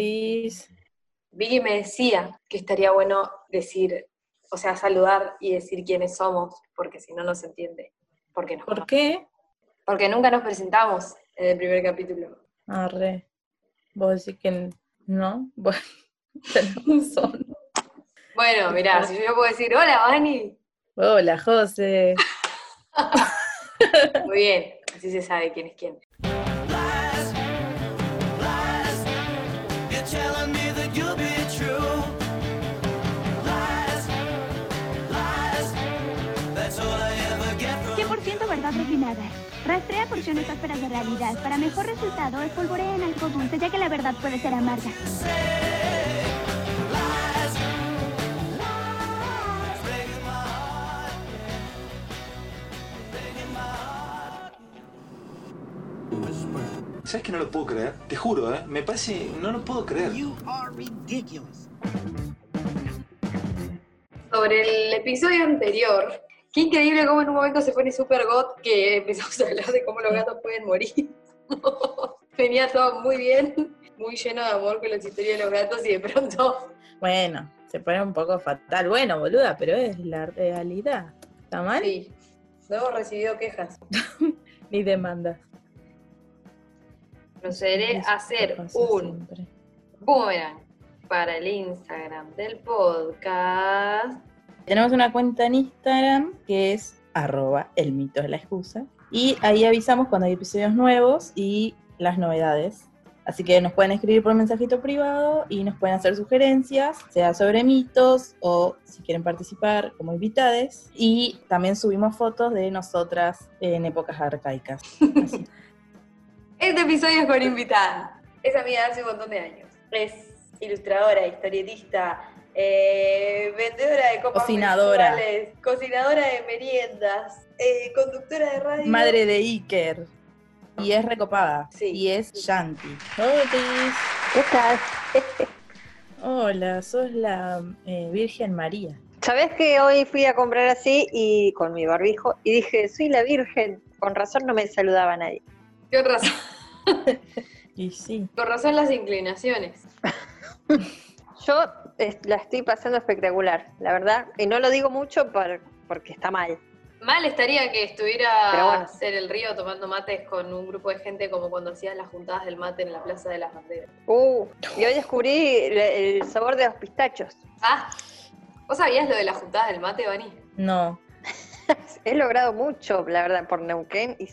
Olis. Vicky me decía que estaría bueno decir, o sea, saludar y decir quiénes somos, porque si no, no se entiende. ¿Por qué no? ¿Por qué? Porque nunca nos presentamos en el primer capítulo. Arre. Vos decís que no. Bueno, tenemos solo. Bueno, mirá, si yo puedo decir, hola, Vani. Hola, José. Muy bien, así se sabe quién es quién. Lies, lies. You're telling me that you'll be true. Lies, lies. That's all I ever get from 100% verdad refinada. Rastrea porciones ásperas de realidad. Para mejor resultado, espolvorea en algo dulce, ya que la verdad puede ser amarga. lies. Lies, breaking my heart. Breaking my heart. ¿Sabes que no lo puedo creer? Te juro, ¿eh? Me parece... No lo puedo creer. You are ridiculous. Sobre el episodio anterior, qué increíble cómo en un momento se pone super got que empezamos a hablar de cómo los gatos pueden morir. Venía todo muy bien, muy lleno de amor con la historias de los gatos y de pronto Bueno, se pone un poco fatal. Bueno, boluda, pero es la realidad. ¿Está mal? sí, no hemos recibido quejas. Ni demandas. Procederé Eso a hacer pasa un siempre. boomerang para el Instagram del podcast. Tenemos una cuenta en Instagram que es arroba el mito de la excusa. Y ahí avisamos cuando hay episodios nuevos y las novedades. Así que nos pueden escribir por mensajito privado y nos pueden hacer sugerencias, sea sobre mitos o si quieren participar como invitades. Y también subimos fotos de nosotras en épocas arcaicas. Así. Este episodio es con invitada. Es amiga de hace un montón de años. Es ilustradora, historietista, eh, vendedora de copas Cocinadora. mensuales, cocinadora de meriendas, eh, conductora de radio. Madre de Iker. Y es recopada. Sí. Y es Shanti. ¿Qué tal? Hola, sos la eh, Virgen María. Sabés que hoy fui a comprar así y con mi barbijo y dije, soy la virgen. Con razón no me saludaba a nadie. Con razón, Y sí. con razón las inclinaciones. Yo es- la estoy pasando espectacular, la verdad. Y no lo digo mucho por- porque está mal. Mal estaría que estuviera Pero bueno. en el río tomando mates con un grupo de gente como cuando hacías las juntadas del mate en la Plaza de las Banderas. Uh, y hoy descubrí el, el sabor de los pistachos. Ah, ¿vos sabías lo de las juntadas del mate, Vani? No. He logrado mucho, la verdad, por Neuquén. y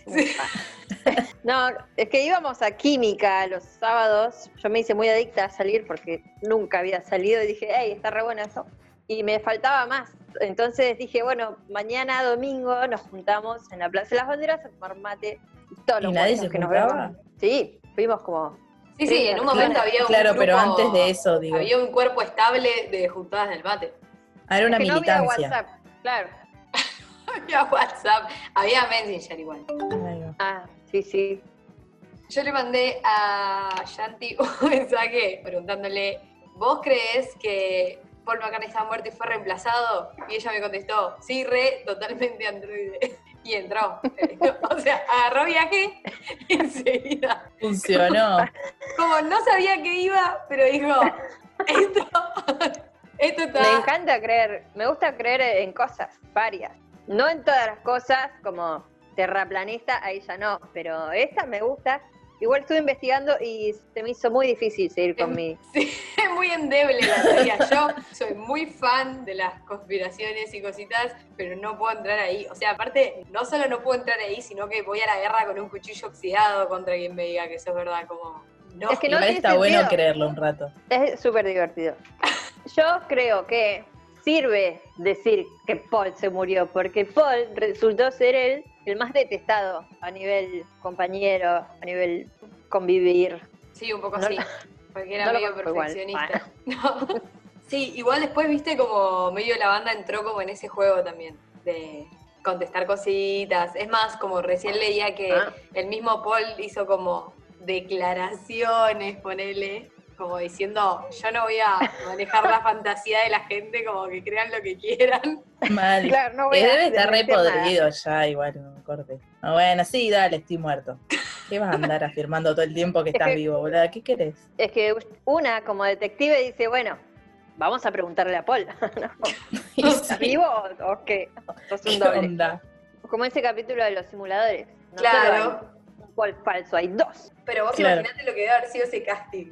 No, es que íbamos a química los sábados. Yo me hice muy adicta a salir porque nunca había salido y dije, hey, está re bueno eso. Y me faltaba más. Entonces dije, bueno, mañana domingo nos juntamos en la Plaza de las Banderas a tomar mate. Y todos ¿Y los nadie guachos se que nos juntaba? vemos. Sí, fuimos como, Sí, Sí, sí, en un claro, momento había un Claro, pero grupo- antes de eso, digo. Había un cuerpo estable de juntadas del mate. Era una que no había militancia. WhatsApp. Claro. Había WhatsApp, había Messenger igual. Ahí va. Ah, sí, sí. Yo le mandé a Shanti un mensaje preguntándole, ¿vos crees que Paul McCartney está muerto y fue reemplazado? Y ella me contestó, sí, re, totalmente androide. Y entró. o sea, agarró viaje y enseguida. Funcionó. Como no sabía que iba, pero dijo, esto, esto está... Me encanta creer, me gusta creer en cosas, varias. No en todas las cosas, como terraplanista, ahí ya no, pero esta me gusta. Igual estuve investigando y se me hizo muy difícil seguir con mi... Sí, es muy endeble la teoría. Yo soy muy fan de las conspiraciones y cositas, pero no puedo entrar ahí. O sea, aparte, no solo no puedo entrar ahí, sino que voy a la guerra con un cuchillo oxidado contra quien me diga que eso es verdad. Como, no. Es que no Igual tiene está bueno sentido. creerlo un rato. Es súper divertido. Yo creo que sirve decir que Paul se murió, porque Paul resultó ser el, el más detestado a nivel compañero, a nivel convivir. Sí, un poco No- sí. Porque era no lo medio conozco igual. perfeccionista. No. Sí, igual después, viste, como medio la banda entró como en ese juego también de contestar cositas. Es más, como recién leía que Ah. el mismo Paul hizo como declaraciones, ponele, como diciendo, yo no voy a manejar la fantasía de la gente, como que crean lo que quieran. Mal. Claro, no voy Eh, a debe estar re meter nada. podrido ya, igual, un corte. Ah, Bueno, sí, dale, estoy muerto. ¿Qué vas a andar afirmando todo el tiempo que estás vivo, boludo? ¿Qué querés? Es que una, como detective, dice, bueno, vamos a preguntarle a Paul. Y ¿Estás sí, vivo o o qué? Sos un ¿Qué doble. onda? Como ese capítulo de los simuladores. No solo Claro. hay un Paul falso, hay dos. Pero vos Claro. imaginate lo que debe haber sido ese casting.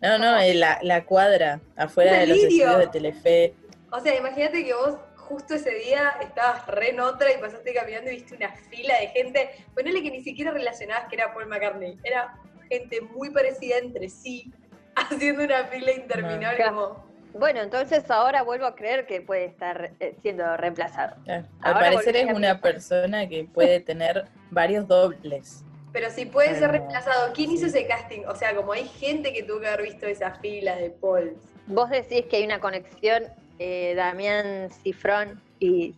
No, no, eh, la, la cuadra afuera de los Delirio. estudios de Telefe. O sea, imagínate que vos justo ese día estabas re en otra y pasaste caminando y viste una fila de gente. Ponele que ni siquiera relacionabas que era Paul McCartney. Era gente muy parecida entre sí, haciendo una fila interminable. Acá. Como, Bueno, entonces ahora vuelvo a creer que puede estar eh, siendo reemplazado. Claro. Ah, Al Ahora parecer volvés es a una persona que puede tener varios dobles. Pero si puede Ay, ser no. reemplazado, ¿quién hizo Sí. ese casting? O sea, como hay gente que tuvo que haber visto esa fila de Paul. Vos decís que hay una conexión, eh, Damián Cifrón y,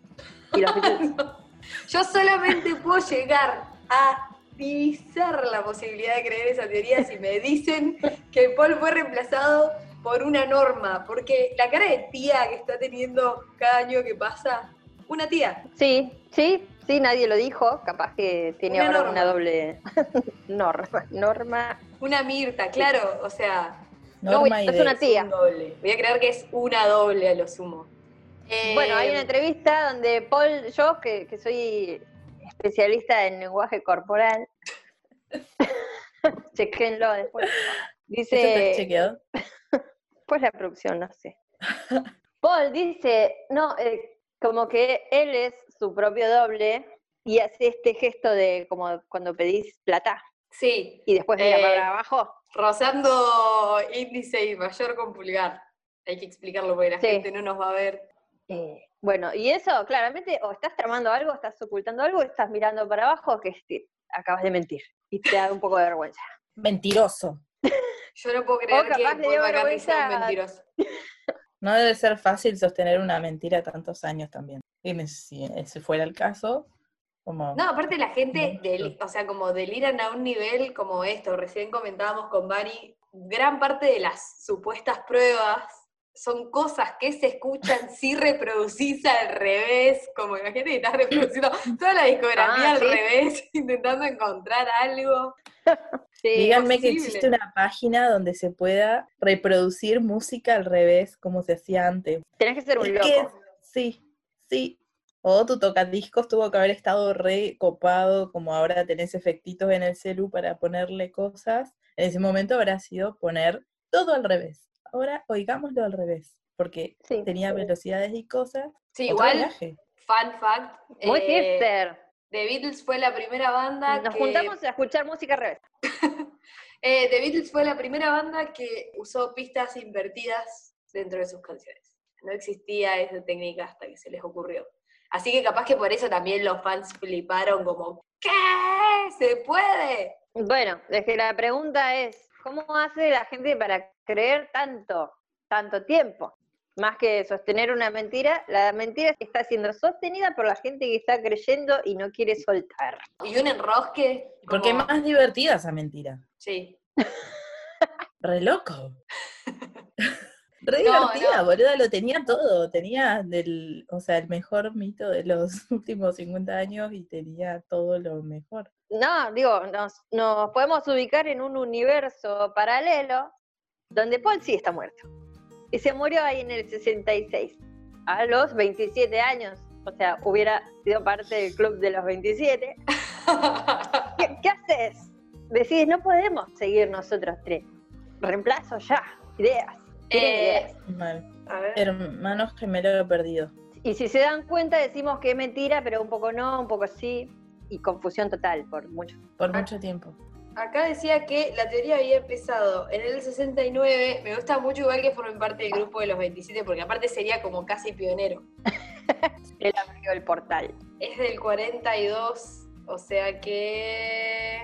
y los Beatles. Yo solamente puedo llegar a divisar la posibilidad de creer esa teoría si me dicen que Paul fue reemplazado por una norma, porque la cara de tía que está teniendo cada año que pasa, una tía, Sí, sí, sí, nadie lo dijo. Capaz que tiene Una ahora norma. una doble norma. Norma. una Mirta, claro, o sea, Norma no, y es de- una tía. un doble. Voy a creer que es una doble a lo sumo. Eh, Bueno, hay una entrevista donde Paul, yo que, que soy especialista en lenguaje corporal, chequenlo después, ¿Eso está dice, chequeado? pues la producción, no sé. Paul dice, no, eh, como que él es su propio doble y hace este gesto de como cuando pedís plata Sí, y después mira Eh, para abajo. rozando índice y mayor con pulgar. Hay que explicarlo porque la Sí. gente no nos va a ver. Eh, bueno, y eso claramente o estás tramando algo, estás ocultando algo, o estás mirando para abajo, que es que acabas de mentir y te da un poco de vergüenza. Mentiroso. Yo no puedo creer que capaz le Paul dio McCartney sea un vergüenza. mentiroso. No debe ser fácil sostener una mentira tantos años también. Dime si ese fuera el caso. Como, No, aparte la gente, No, del- o sea, como deliran a un nivel como esto. Recién comentábamos con Bani, gran parte de las supuestas pruebas son cosas que se escuchan si reproducís al revés. Como imagínate que estás reproduciendo toda la discografía Ah, al sí. revés, intentando encontrar algo. eh, Sí, Díganme que imposible. existe una página donde se pueda reproducir música al revés como se hacía antes. Tenés que ser un Es loco. que- sí, sí. O tu tocadiscos tuvo que haber estado re copado, como ahora tenés efectitos en el celu para ponerle cosas. En ese momento habrá sido poner todo al revés. Ahora oigámoslo al revés, porque Sí. tenía velocidades y cosas. Sí, Otro igual, viaje. fun fact, Muy eh, hipster. The Beatles fue la primera banda Nos que... juntamos a escuchar música al revés. Eh, The Beatles fue la primera banda que usó pistas invertidas dentro de sus canciones. No existía esa técnica hasta que se les ocurrió. Así que capaz que por eso también los fans fliparon como, ¿qué? ¿Se puede? Bueno, es que la pregunta es, ¿cómo hace la gente para creer tanto, tanto tiempo? Más que sostener una mentira, la mentira está siendo sostenida por la gente que está creyendo y no quiere soltar. Y un enrosque. como- Porque es más divertida esa mentira. Sí. Re loco. Re No, divertida, no. boluda, lo tenía todo. Tenía del, o sea, el mejor mito de los últimos 50 años y tenía todo lo mejor. No, digo, nos, nos podemos ubicar en un universo paralelo donde Paul sí está muerto. Y se murió ahí en el 66, a los 27 años. O sea, hubiera sido parte del club de los 27. ¿Qué, qué haces? Decís, no podemos seguir nosotros tres. Reemplazo ya, ideas. tiren Eh, ideas. Mal. A ver. Hermanos gemelos perdidos. Y si se dan cuenta, decimos que es mentira, pero un poco no, un poco sí. Y confusión total por mucho. Ah, Por mucho tiempo. Acá decía que la teoría había empezado en el 69. Me gusta mucho igual que formen parte del grupo de los 27, porque aparte sería como casi pionero. Él abrió el portal. Es del 42, o sea que.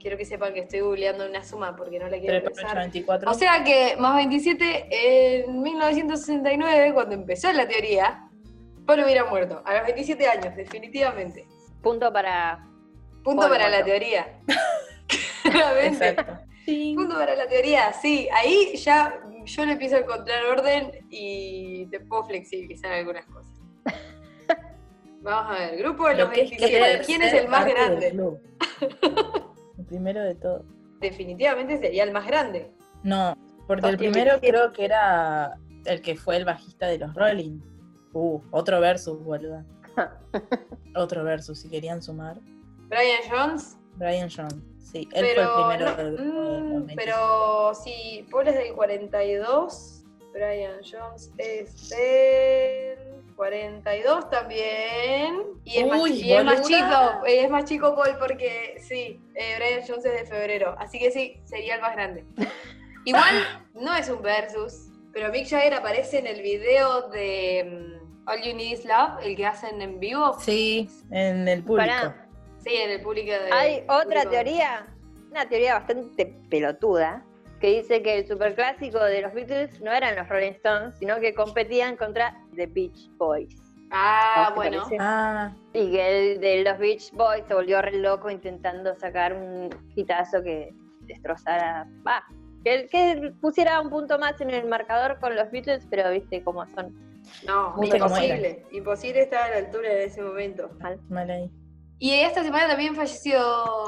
Quiero que sepan que estoy googleando una suma porque no la quiero 3 por 8, pensar. 24. O sea que más 27, en 1969, cuando empezó la teoría, Paul hubiera muerto. A los 27 años, definitivamente. Punto para Punto Paul para la muerto. teoría. Claramente. Exacto. Sí. Punto para la teoría, sí. Ahí ya yo le empiezo a encontrar orden y te puedo flexibilizar algunas cosas. Vamos a ver, grupo de los Lo que es 27. querer ¿Quién es ser el más parte del grande? club. El primero de todo. Definitivamente sería el más grande. No, porque el primero creo que era el que fue el bajista de los Rolling. Uh, otro versus, boluda. Otro versus, si querían sumar. Brian Jones, Brian Jones, sí, él pero, fue el primero no, del grupo de mm, los 25. pero si Paul es del 42, Brian Jones es del 42 también. Y es, más, Uy, chi- y es más boluda. chico, eh, es más chico Paul porque sí, eh, Brian Jones es de febrero. Así que sí, sería el más grande. Igual no es un versus, pero Mick Jagger aparece en el video de mm, All You Need Is Love, el que hacen en vivo. Sí, en el público. Pará, Sí, en el público de. hay otra Eh, público. teoría, una teoría bastante pelotuda, que dice que el superclásico de los Beatles no eran los Rolling Stones, sino que competían contra The Beach Boys. Ah, ¿Te bueno. parece? Ah, Y que el de los Beach Boys se volvió re loco intentando sacar un hitazo que destrozara. Va, que, que pusiera un punto más en el marcador con los Beatles, pero viste cómo son. No, Viste cómo imposible. Imposible estar a la altura de ese momento. mal ahí. Y esta semana también falleció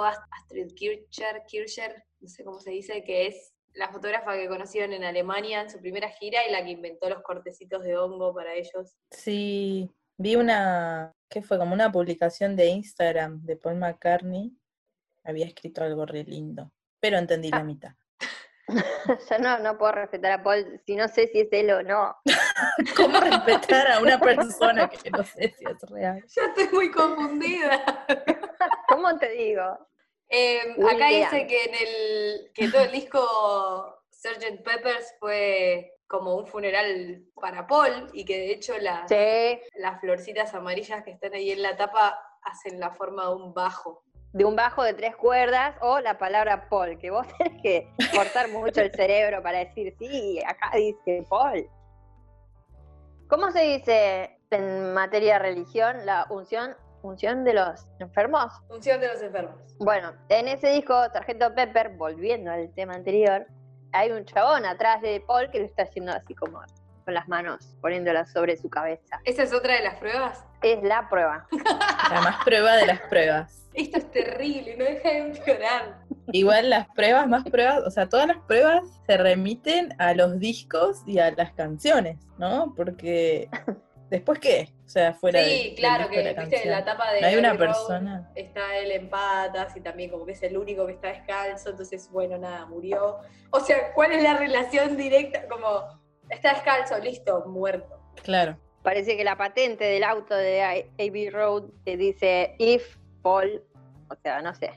Ast- Astrid Kircher, Kircher, no sé cómo se dice, que es la fotógrafa que conocieron en Alemania en su primera gira y la que inventó los cortecitos de hongo para ellos. Sí, vi una, que fue como una publicación de Instagram de Paul McCartney. Había escrito algo re lindo, pero entendí la mitad. Yo no, no puedo respetar a Paul si no sé si es él o no. ¿Cómo respetar a una persona que no sé si es real? Ya estoy muy confundida. ¿Cómo te digo? Eh, Ni acá idea. dice que en el que todo el disco Sgt. Peppers fue como un funeral para Paul y que de hecho la, Sí, las florcitas amarillas que están ahí en la tapa hacen la forma de un bajo. de un bajo de tres cuerdas o la palabra Paul, que vos tenés que cortar mucho el cerebro para decir, sí, acá dice Paul. ¿Cómo se dice en materia de religión la unción, unción de los enfermos? Función de los enfermos. Bueno, en ese disco, Sargento Pepper, volviendo al tema anterior, hay un chabón atrás de Paul que lo está haciendo así como con las manos, poniéndolas sobre su cabeza. Esa es otra de las pruebas. Es la prueba. La más prueba de las pruebas. Esto es terrible, no deja de empeorar. Igual las pruebas, más pruebas, o sea, todas las pruebas se remiten a los discos y a las canciones, ¿no? Porque después qué, o sea, fuera de- sí, del claro, disco de que la viste en canción. la tapa de. No hay una Abbey Road, persona. Está él en patas y también como que es el único que está descalzo, entonces, bueno, nada, murió. O sea, ¿cuál es la relación directa? Como, está descalzo, listo, muerto. Claro. Parece que la patente del auto de A- AB Road te dice if Paul, o sea, no sé,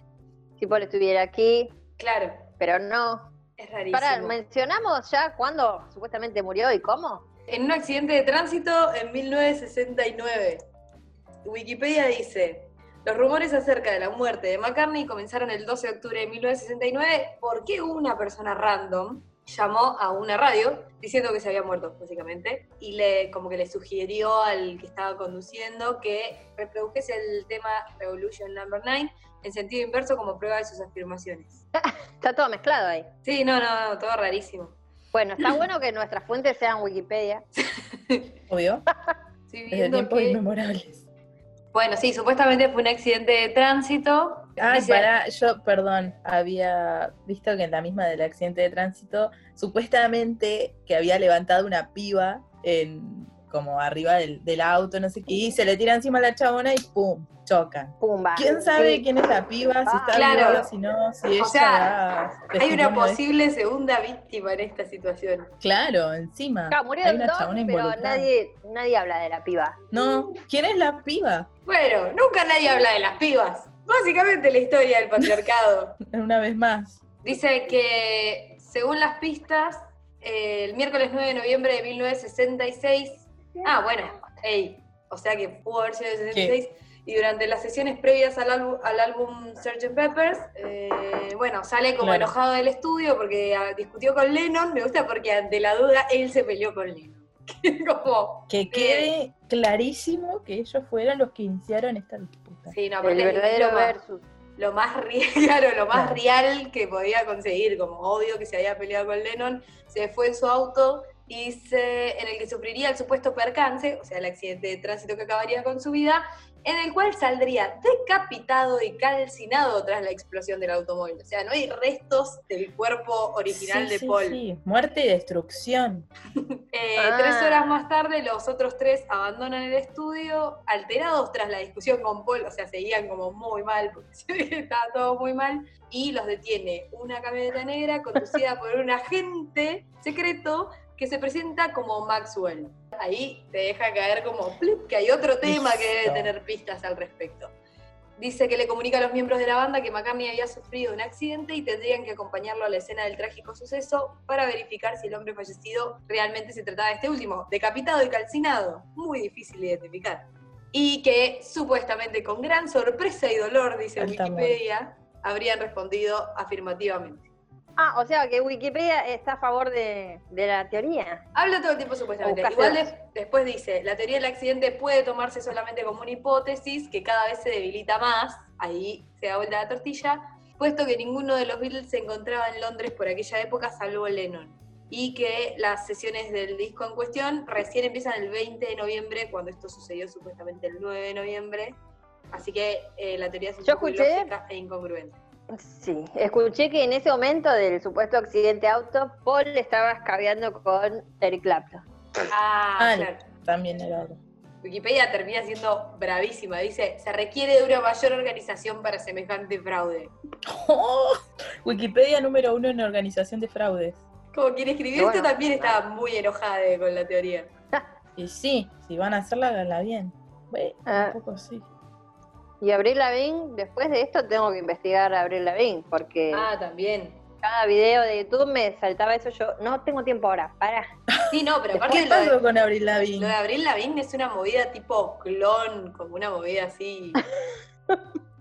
si Paul estuviera aquí, Claro, pero no. es rarísimo. Pará, mencionamos ya cuándo supuestamente murió y cómo. En un accidente de tránsito en 1969. Wikipedia dice, los rumores acerca de la muerte de McCartney comenzaron el 12 de octubre de 1969 porque una persona random llamó a una radio diciendo que se había muerto, básicamente, y le como que le sugirió al que estaba conduciendo que reprodujese el tema Revolution Number 9 en sentido inverso como prueba de sus afirmaciones. Está todo mezclado ahí. Sí, no, no, no, todo rarísimo. Bueno, está bueno que nuestras fuentes sean Wikipedia. Obvio, Estoy desde viendo tiempos que- inmemorables. Bueno, sí, supuestamente fue un accidente de tránsito. Ay, Dice- Ah, pará, yo, perdón, había visto que en la misma del accidente de tránsito, supuestamente que había levantado una piba en como arriba del, del auto, no sé qué, y se le tira encima a la chabona y ¡pum! chocan. Pumba. ¿Quién sabe Sí. quién es la piba? Si Ah, está Ah, claro. viva, si no, si ella sea, da Hay una testimonio de- posible segunda víctima en esta situación. Claro, encima. Claro, Hay murieron una dos, chabona pero involucrada. nadie, nadie habla de la piba. No, ¿quién es la piba? Bueno, nunca nadie habla de las pibas. Básicamente la historia del patriarcado. Una vez más. Dice que, según las pistas, eh, el miércoles 9 de noviembre de 1966. Ah, bueno, ey, o sea que pudo haber sido de 66. Y durante las sesiones previas al, álbu- al álbum Sgt. Peppers, eh, bueno, sale como Claro. enojado del estudio porque ah, discutió con Lennon. Me gusta porque ante la duda él se peleó con Lennon. como, Que quede clarísimo que ellos fueron los que iniciaron esta disputa. sí, no, El aparte verdadero lo más- versus. lo más real, claro, lo más Claro. real que podía conseguir, como obvio que se había peleado con Lennon, se fue en su auto, y se- en el que sufriría el supuesto percance, o sea, el accidente de tránsito que acabaría con su vida, en el cual saldría decapitado y calcinado tras la explosión del automóvil. O sea, no hay restos del cuerpo original Sí, de sí, Paul. sí. Muerte y destrucción. Eh, Ah. Tres horas más tarde, los otros tres abandonan el estudio, alterados tras la discusión con Paul, o sea, seguían como muy mal, porque se ve que estaba todo muy mal, y los detiene una camioneta negra conducida por un agente secreto que se presenta como Maxwell. Ahí te deja caer como plip, que hay otro tema que debe Listo. tener pistas al respecto. Dice que le comunica a los miembros de la banda que McCartney había sufrido un accidente y tendrían que acompañarlo a la escena del trágico suceso para verificar si el hombre fallecido realmente se trataba de este último, decapitado y calcinado. Muy difícil de identificar. Y que supuestamente con gran sorpresa y dolor, dice Altamente. Wikipedia, habrían respondido afirmativamente. Ah, o sea que Wikipedia está a favor de, de la teoría. Habla todo el tiempo supuestamente. Buscás Igual des- después dice, la teoría del accidente puede tomarse solamente como una hipótesis que cada vez se debilita más, ahí se da vuelta la tortilla, puesto que ninguno de los Beatles se encontraba en Londres por aquella época salvo Lennon. Y que las sesiones del disco en cuestión recién empiezan el 20 de noviembre, cuando esto sucedió supuestamente el 9 de noviembre. Así que eh, la teoría es un Yo poco escuché- ilógica e incongruente. Sí, escuché que en ese momento del supuesto accidente auto, Paul estaba escabeando con Eric Clapton. Ah, Mal. claro. También era otro. Wikipedia termina siendo bravísima. Dice, se requiere de una mayor organización para semejante fraude. ¡Oh! Wikipedia número uno en organización de fraudes. Como quien escribió Y bueno, esto también estaba muy enojada eh, con la teoría. Y sí, si van a hacerla, háganla bien. Bueno, Ah, un poco sí. y Abril Lavigne, después de esto tengo que investigar a Abril Lavigne, porque Ah, también. cada video de YouTube me saltaba eso. Yo no tengo tiempo ahora, para. Sí, no, pero aparte ¿Qué lo de, pasó con Abril lo de Lavigne? Abril Lavigne es una movida tipo clon, como una movida así.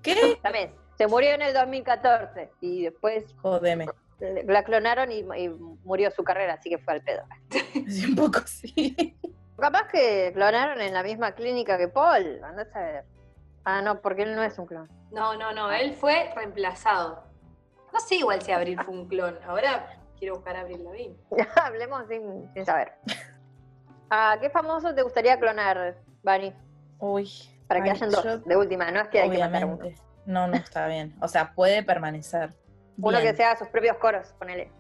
¿Qué? También, se murió en el 2014 y después Jodeme. la clonaron y, y murió su carrera, así que fue al pedo. Sí, un poco sí. Capaz que clonaron en la misma clínica que Paul, andás a ver. Ah, no, porque él no es un clon. No, no, no, él fue reemplazado. No sé igual si Abril fue un clon. Ahora quiero buscar a Abril Lavigne. Hablemos sin, sin saber. ¿A qué famoso te gustaría clonar, Bani? Uy. Para que ay, hayan dos, yo- de última, no es que hay que matar a uno. obviamente. No, no está bien. O sea, puede permanecer. Uno Bien. que sea sus propios coros, ponele.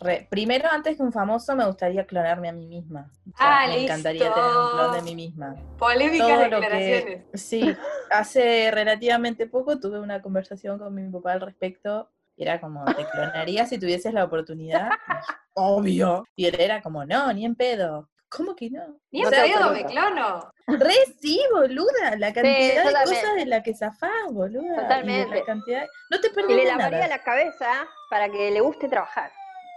Re- primero, antes que un famoso, me gustaría clonarme a mí misma. O Ah, me listo. encantaría tener un clon de mí misma. Polémicas Todo lo declaraciones. que. Sí, hace relativamente poco tuve una conversación con mi papá al respecto. Y era como, ¿te clonarías si tuvieses la oportunidad? Y dije, Obvio. Y él era como, no, ni en pedo. ¿Cómo que no? Ni No en te pedo me autorizo. clono. Re sí, boluda, la cantidad yo de también. cosas de la que zafás, boluda. y de Totalmente. la cantidad... No te Y perdés le de lavaría nada. la cabeza para que le guste trabajar.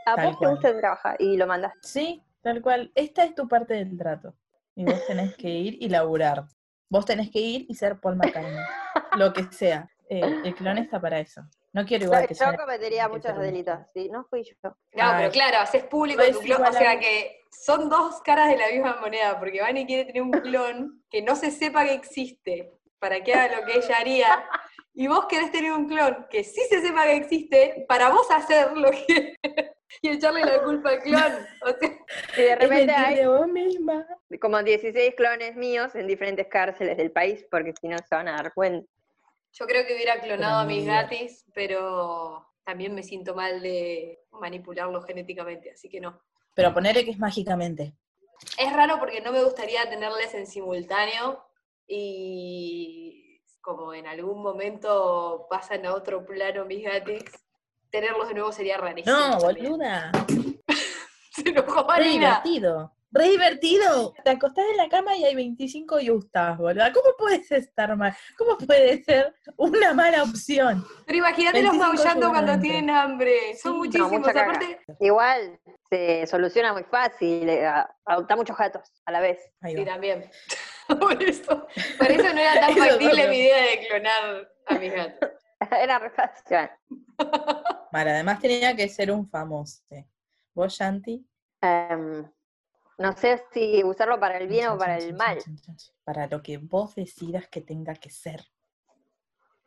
A Tal vos te cual. gusta trabajar y lo mandas. Sí, tal cual. Esta es tu parte del trato. Y vos tenés que ir y laburar. Vos tenés que ir y ser Paul McCartney. lo que sea. Eh, el clon está para eso. No quiero igual que sea. Yo cometería que muchos termine. delitos, sí, no fui yo. No, Ay. pero claro, haces público Pues tu clon, o igual a sea mí. que son dos caras de la misma moneda, porque Vani quiere tener un clon que no se sepa que existe, para que haga lo que ella haría, y vos querés tener un clon que sí se sepa que existe, para vos hacer lo que... y echarle la culpa al clon. O sea, Y de Es repente mentirte hay a vos misma. como 16 clones míos en diferentes cárceles del país, porque si no se van a dar cuenta. yo creo que hubiera clonado a mis Tremendo. gatis, pero también me siento mal de manipularlo genéticamente, así que no. Pero ponerle que es mágicamente. Es raro porque no me gustaría tenerles en simultáneo y como en algún momento pasan a otro plano mis gatix, tenerlos de nuevo sería rarísimo. No, también. boluda. Se enojó Re Marina. divertido. Re divertido. Te acostás en la cama y hay 25 yustas, boluda. ¿Cómo puedes estar mal? ¿Cómo puede ser una mala opción? Pero imagínatelos 25 maullando cuando ayudantes. tienen hambre. Son Sí, no, muchísimos. mucha caga. Aparte, Igual se soluciona muy fácil, eh, a- adoptar muchos gatos a la vez. Ahí va. sí, también. Por eso, por eso no era tan Eso es factible otro. mi idea de clonar a mis gatos. Era re fácil. Mal, además tenía que ser un famoso. ¿Vos, Shanti? Em, no sé si usarlo para el bien o para el mal. Para lo que vos decidas que tenga que ser.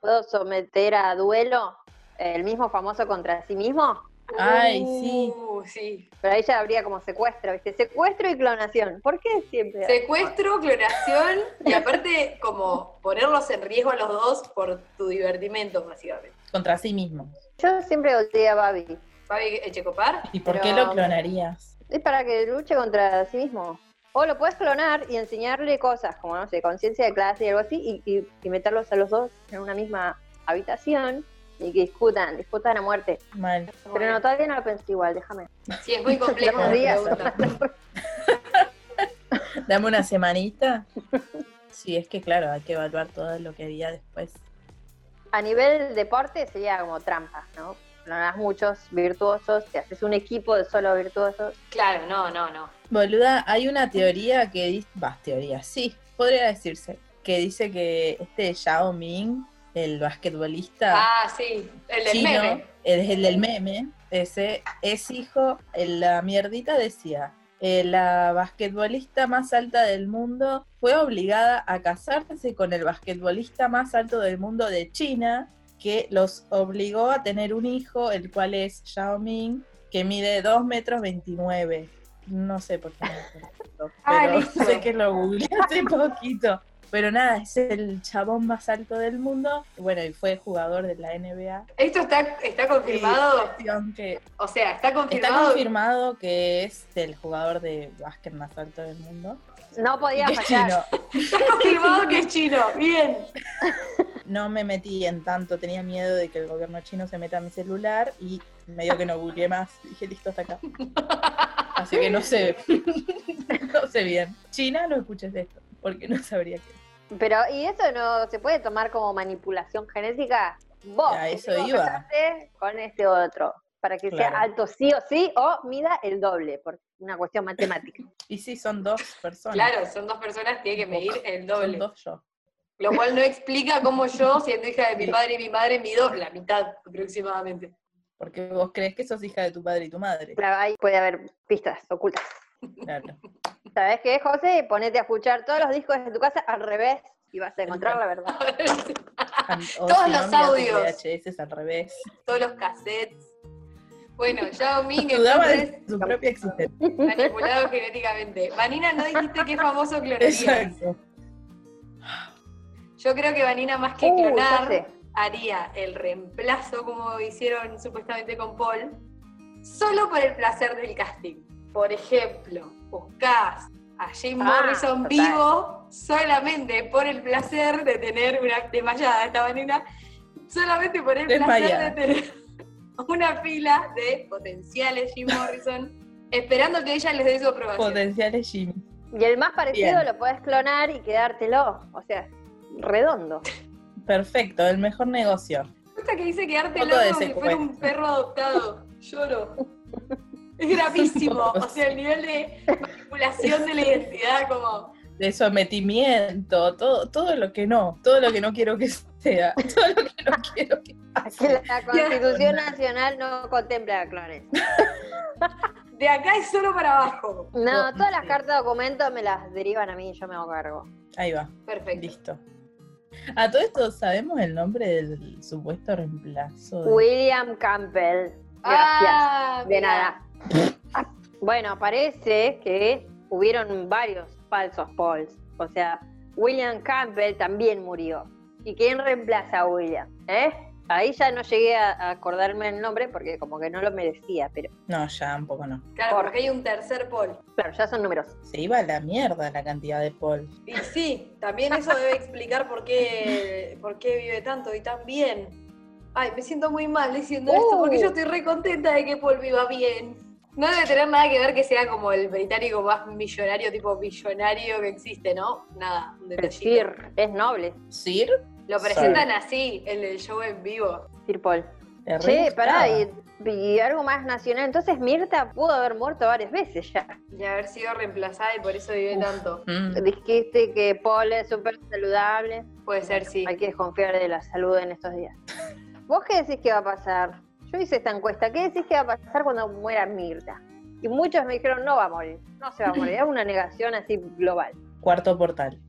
¿Puedo someter a duelo el mismo famoso contra sí mismo? Ay, sí. Uh, sí. Pero ahí ya habría como secuestro, ¿viste? Secuestro y clonación. ¿Por qué siempre? Secuestro, clonación y aparte como ponerlos en riesgo a los dos por tu divertimento, básicamente. Contra sí mismo. Yo siempre odié a Babi. Fabi Echecopar, ¿Y por Pero- qué lo clonarías? Es para que luche contra sí mismo. O lo puedes clonar y enseñarle cosas, como no sé, conciencia de clase y algo así, y, y- y meterlos a los dos en una misma habitación y que discutan, discutan a muerte. Mal. Pero no, todavía no lo pensé igual, déjame. sí, es muy complejo. Buenos la días. pregunta. Dame una semanita. Sí, es que claro, hay que evaluar todo lo que había después. A nivel deporte sería como trampa, ¿no? Clonas muchos virtuosos, te haces un equipo de solo virtuosos. Claro, no, no, no. Boluda, hay una teoría que dice, va, teoría, sí, podría decirse, que dice que este Yao Ming, el basquetbolista Ah, sí, el del chino, meme. el, el del meme, ese es hijo, en la mierdita decía, eh, la basquetbolista más alta del mundo fue obligada a casarse con el basquetbolista más alto del mundo de China, que los obligó a tener un hijo, el cual es Yao Ming, que mide 2 metros 29. No sé por qué. me acuerdo, Ah, pero listo. sé que lo googleé hace poquito. Pero nada, es el chabón más alto del mundo. Bueno, y fue jugador de la NBA. Esto está, está confirmado, Eh, Cuestión que- o sea, está está confirmado. confirmado que es el jugador de básquet más alto del mundo. No podía Y que fallar. chino. Está confirmado que es chino. Bien. No me metí en tanto, tenía miedo de que el gobierno chino se meta a mi celular y medio que no googleé más. Dije, listo, hasta acá. Así que no sé. no sé bien. China, no escuches esto, porque no sabría qué. Pero, ¿y eso no se puede tomar como manipulación genética? Vos, A eso tenés que iba. casarte con este otro, para que Claro. sea alto sí o sí, o mida el doble, por una cuestión matemática. Y sí, son dos personas. Claro, son dos personas, tiene que medir el Son doble. dos yo. Lo cual no explica cómo yo, siendo hija de mi padre y mi madre, mido la mitad aproximadamente. Porque vos crees que sos hija de tu padre y tu madre. claro, ahí puede haber pistas ocultas. Claro. ¿Sabes qué, José? Ponete a escuchar todos los discos de tu casa al revés y vas a encontrar la verdad. O Todos si no, mira los tus audios. VHS al revés. Todos los cassettes. Bueno, Yao Ming Dudaba entonces de su propia existencia. manipulado genéticamente. Vanina, no dijiste que es famoso clonaría. Exacto. Yo creo que Vanina más que Uh, ya clonar sé. haría el reemplazo como hicieron supuestamente con Paul, solo por el placer del casting. Por ejemplo, buscás a Jim Ah, Morrison total. vivo solamente por el placer de tener una desmayada esta Vanina, solamente por el Desmayada. placer de tener una fila de potenciales Jim Morrison, esperando que ella les dé su aprobación. Potenciales Jimmy. Y el más parecido Bien. lo podés clonar y quedártelo. O sea, redondo. Perfecto, el mejor negocio. Esta que dice quedarte Foto loco de como si fuera un secuestro. perro adoptado. Lloro. Es gravísimo. O sea, el nivel de manipulación de la identidad, como. De sometimiento, todo, todo lo que no, todo lo que no quiero que sea, todo lo que no quiero que Que pase. la Constitución Nacional no contempla clones. De acá es solo para abajo. No, todas las cartas de documento me las derivan a mí, yo me hago cargo. Ahí va, Perfecto. listo. A todo esto, ¿sabemos el nombre del supuesto reemplazo? de- William Campbell. Gracias. Ah, de mirá. nada. Ah, Bueno, parece que hubieron varios falsos polls. O sea, William Campbell también murió. ¿Y quién reemplaza a William? ¿Eh? Ahí ya no llegué a a acordarme el nombre porque como que no lo merecía, pero No, ya un poco no. Claro, porque hay un tercer pol. claro, ya son números. Se iba a la mierda la cantidad de Paul. Y sí, también eso debe explicar por qué, por qué vive tanto y tan bien. Ay, me siento muy mal diciendo esto porque Uh. yo estoy re contenta de que Paul viva bien. No debe tener nada que ver que sea como el británico más millonario, tipo millonario que existe, ¿no? Nada, un Pero detallito. Sir es noble, ¿Sir? Lo presentan así en el show en vivo. Sir Paul. te re Che, pará, gustaba. y, y algo más nacional. Entonces Mirta pudo haber muerto varias veces ya. Y haber sido reemplazada y por eso vive Uf. tanto. Mm, Dijiste que Paul es súper saludable. Puede ser, sí. Hay que desconfiar de la salud en estos días. ¿Vos qué decís que va a pasar? Yo hice esta encuesta. ¿Qué decís que va a pasar cuando muera Mirta? Y muchos me dijeron, no va a morir, no se va a morir. Es una negación así global. Cuarto portal.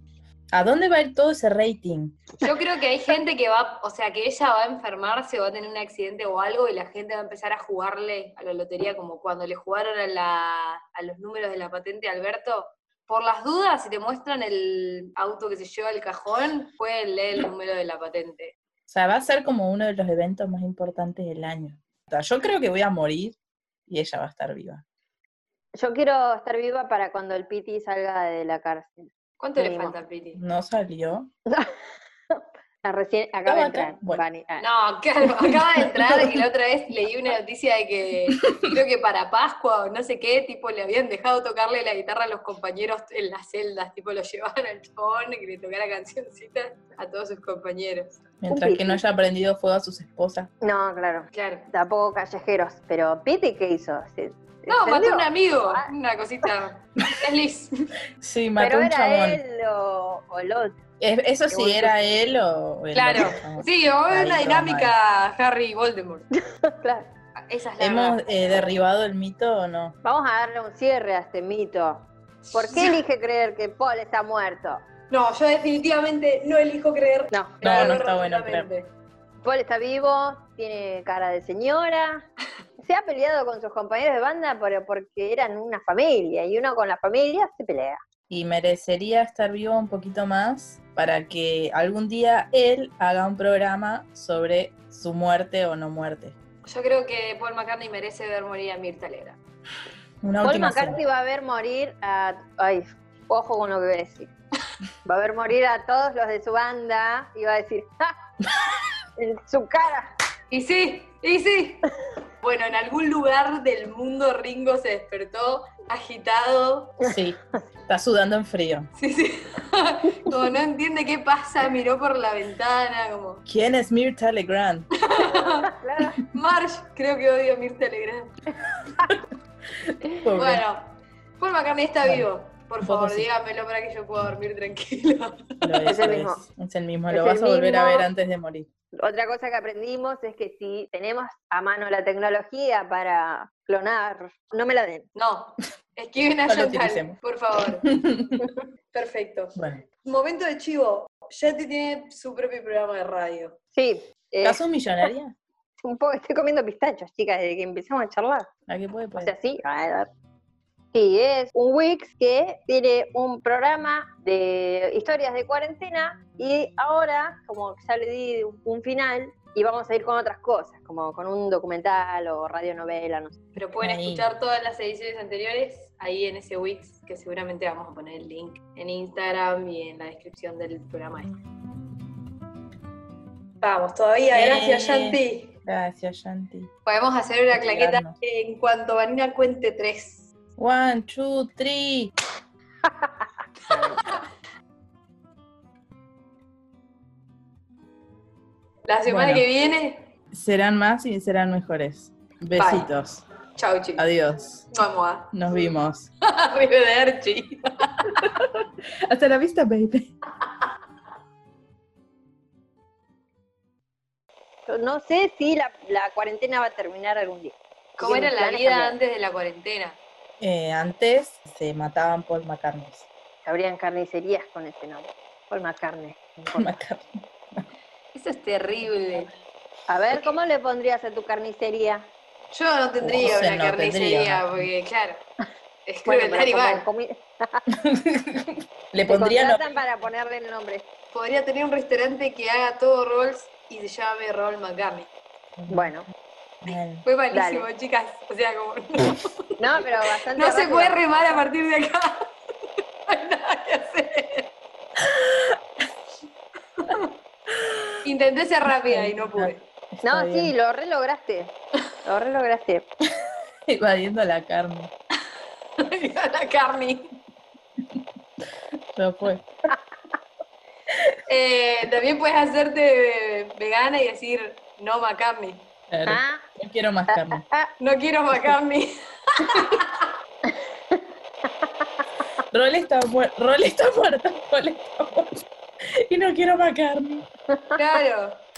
¿A dónde va a ir todo ese rating? Yo creo que hay gente que va, o sea, que ella va a enfermarse o va a tener un accidente o algo y la gente va a empezar a jugarle a la lotería como cuando le jugaron a, la, a los números de la patente a Alberto. Por las dudas, si te muestran el auto que se lleva al cajón, pueden leer el número de la patente. O sea, va a ser como uno de los eventos más importantes del año. O sea, yo creo que voy a morir y ella va a estar viva. Yo quiero estar viva para cuando el Piti salga de la cárcel. ¿Cuánto le Mínimo. falta, Priti? No salió. Ah, Recién acaba de acá? entrar. Bueno. Vani. Ah, No, claro, acaba de entrar y la otra vez leí una noticia de que creo que para Pascua o no sé qué, tipo, le habían dejado tocarle la guitarra a los compañeros en las celdas, tipo, lo llevaban al chabón que le tocara cancioncitas a todos sus compañeros. Mientras que no haya prendido fuego a sus esposas. no. claro. Claro. Tampoco callejeros. Pero Piti, ¿qué hizo? ¿Se- No, mató encendió? a un amigo, una cosita. Es Liz. Sí, mató Pero un era chabón. él o, o el otro. Es- Eso sí, boludo. era él o... el Claro. otro chabón. Sí, o Ahí una todo dinámica Harry Voldemort. Claro. Esa es la ¿Hemos verdad. eh, derribado el mito o no? Vamos a darle un cierre a este mito. ¿Por qué elige creer que Paul está muerto? No, yo definitivamente no elijo creer. No, No, no Creo está bueno, rotundamente. Paul está vivo, tiene cara de señora. Se ha peleado con sus compañeros de banda pero porque eran una familia y uno con la familia se pelea. y merecería estar vivo un poquito más para que algún día él haga un programa sobre su muerte o no muerte. Yo creo que Paul McCartney merece ver morir a Mirta Legrand. Una Paul última McCartney cena. va a ver morir a... Ay, ojo con lo que voy a decir. Va a ver morir a todos los de su banda y va a decir, ¡ja! En su cara. Y sí, y sí. Bueno, en algún lugar del mundo Ringo se despertó agitado. Sí, está sudando en frío. Sí, sí. Como no entiende qué pasa, miró por la ventana, como. ¿Quién es Mirta Legrand? Claro. Marge, creo que odio a Mirta Legrand. Pobre. Bueno, Paul McCartney está Bueno, vivo. Por un poco favor, sí. dígamelo para que yo pueda dormir tranquilo. Lo es, Es el lo mismo. es. Es el mismo, Es lo el vas a volver a mismo. ver antes de morir. Otra cosa que aprendimos es que si tenemos a mano la tecnología para clonar, no me la den. No, esquiven a No lo Chantal, utilicemos. por favor. Perfecto. Bueno, Momento de chivo. Yati tiene su propio programa de radio. Sí, eh, ¿estás un millonaria? un poco, estoy comiendo pistachos, chicas, desde que empezamos a charlar. ¿A qué puede O pasar? sea, sí. a ver. Sí, es un Wix que tiene un programa de historias de cuarentena y ahora, como ya le di un final, y vamos a ir con otras cosas, como con un documental o radionovela, no sé. Pero pueden Ahí. escuchar todas las ediciones anteriores ahí en ese Wix, que seguramente vamos a poner el link en Instagram y en la descripción del programa. este. Vamos, todavía, Eh. gracias Yanti. Gracias, Shanti. Podemos hacer una claqueta Mirarnos. en cuanto Vanina cuente tres. One, two, three. La semana Bueno. que viene, Serán más y serán mejores. Besitos. chau chicos. Adiós. Vamos Nos vimos. a Arrivederci. Hasta la vista, baby. Yo no sé si la, la cuarentena va a terminar algún día. ¿Cómo Sí, era mis la planes vida cambiaron. antes de la cuarentena? Eh, antes se mataban Paul McCartney. Habrían carnicerías con ese nombre. Paul McCartney. no importa. McCartney. Eso es terrible. A ver, ¿cómo le pondrías a tu carnicería? Yo no tendría No sé, una no carnicería, tendría. porque claro, es Bueno, crueldad pero como animal. comi- Le te pondría no- contratan para ponerle el nombre. Podría tener un restaurante que haga todo rolls y se llame Roll McCartney. Bueno, Mal. Fue malísimo, Dale. chicas. O sea, como no, pero bastante. no se rápido. puede remar a partir de acá. No hay nada que hacer. Intenté ser rápida y no pude. Está No, sí, bien. lo re lograste. Lo re lograste. Evadiendo la carne. la carne. Ya fue. Eh, también puedes hacerte vegana y decir no McCartney. Claro. Ah, No quiero más carne. No quiero McCartney. Rol está, muer- Rol está muerta. Rol está muerta. Y no quiero más carne. Claro.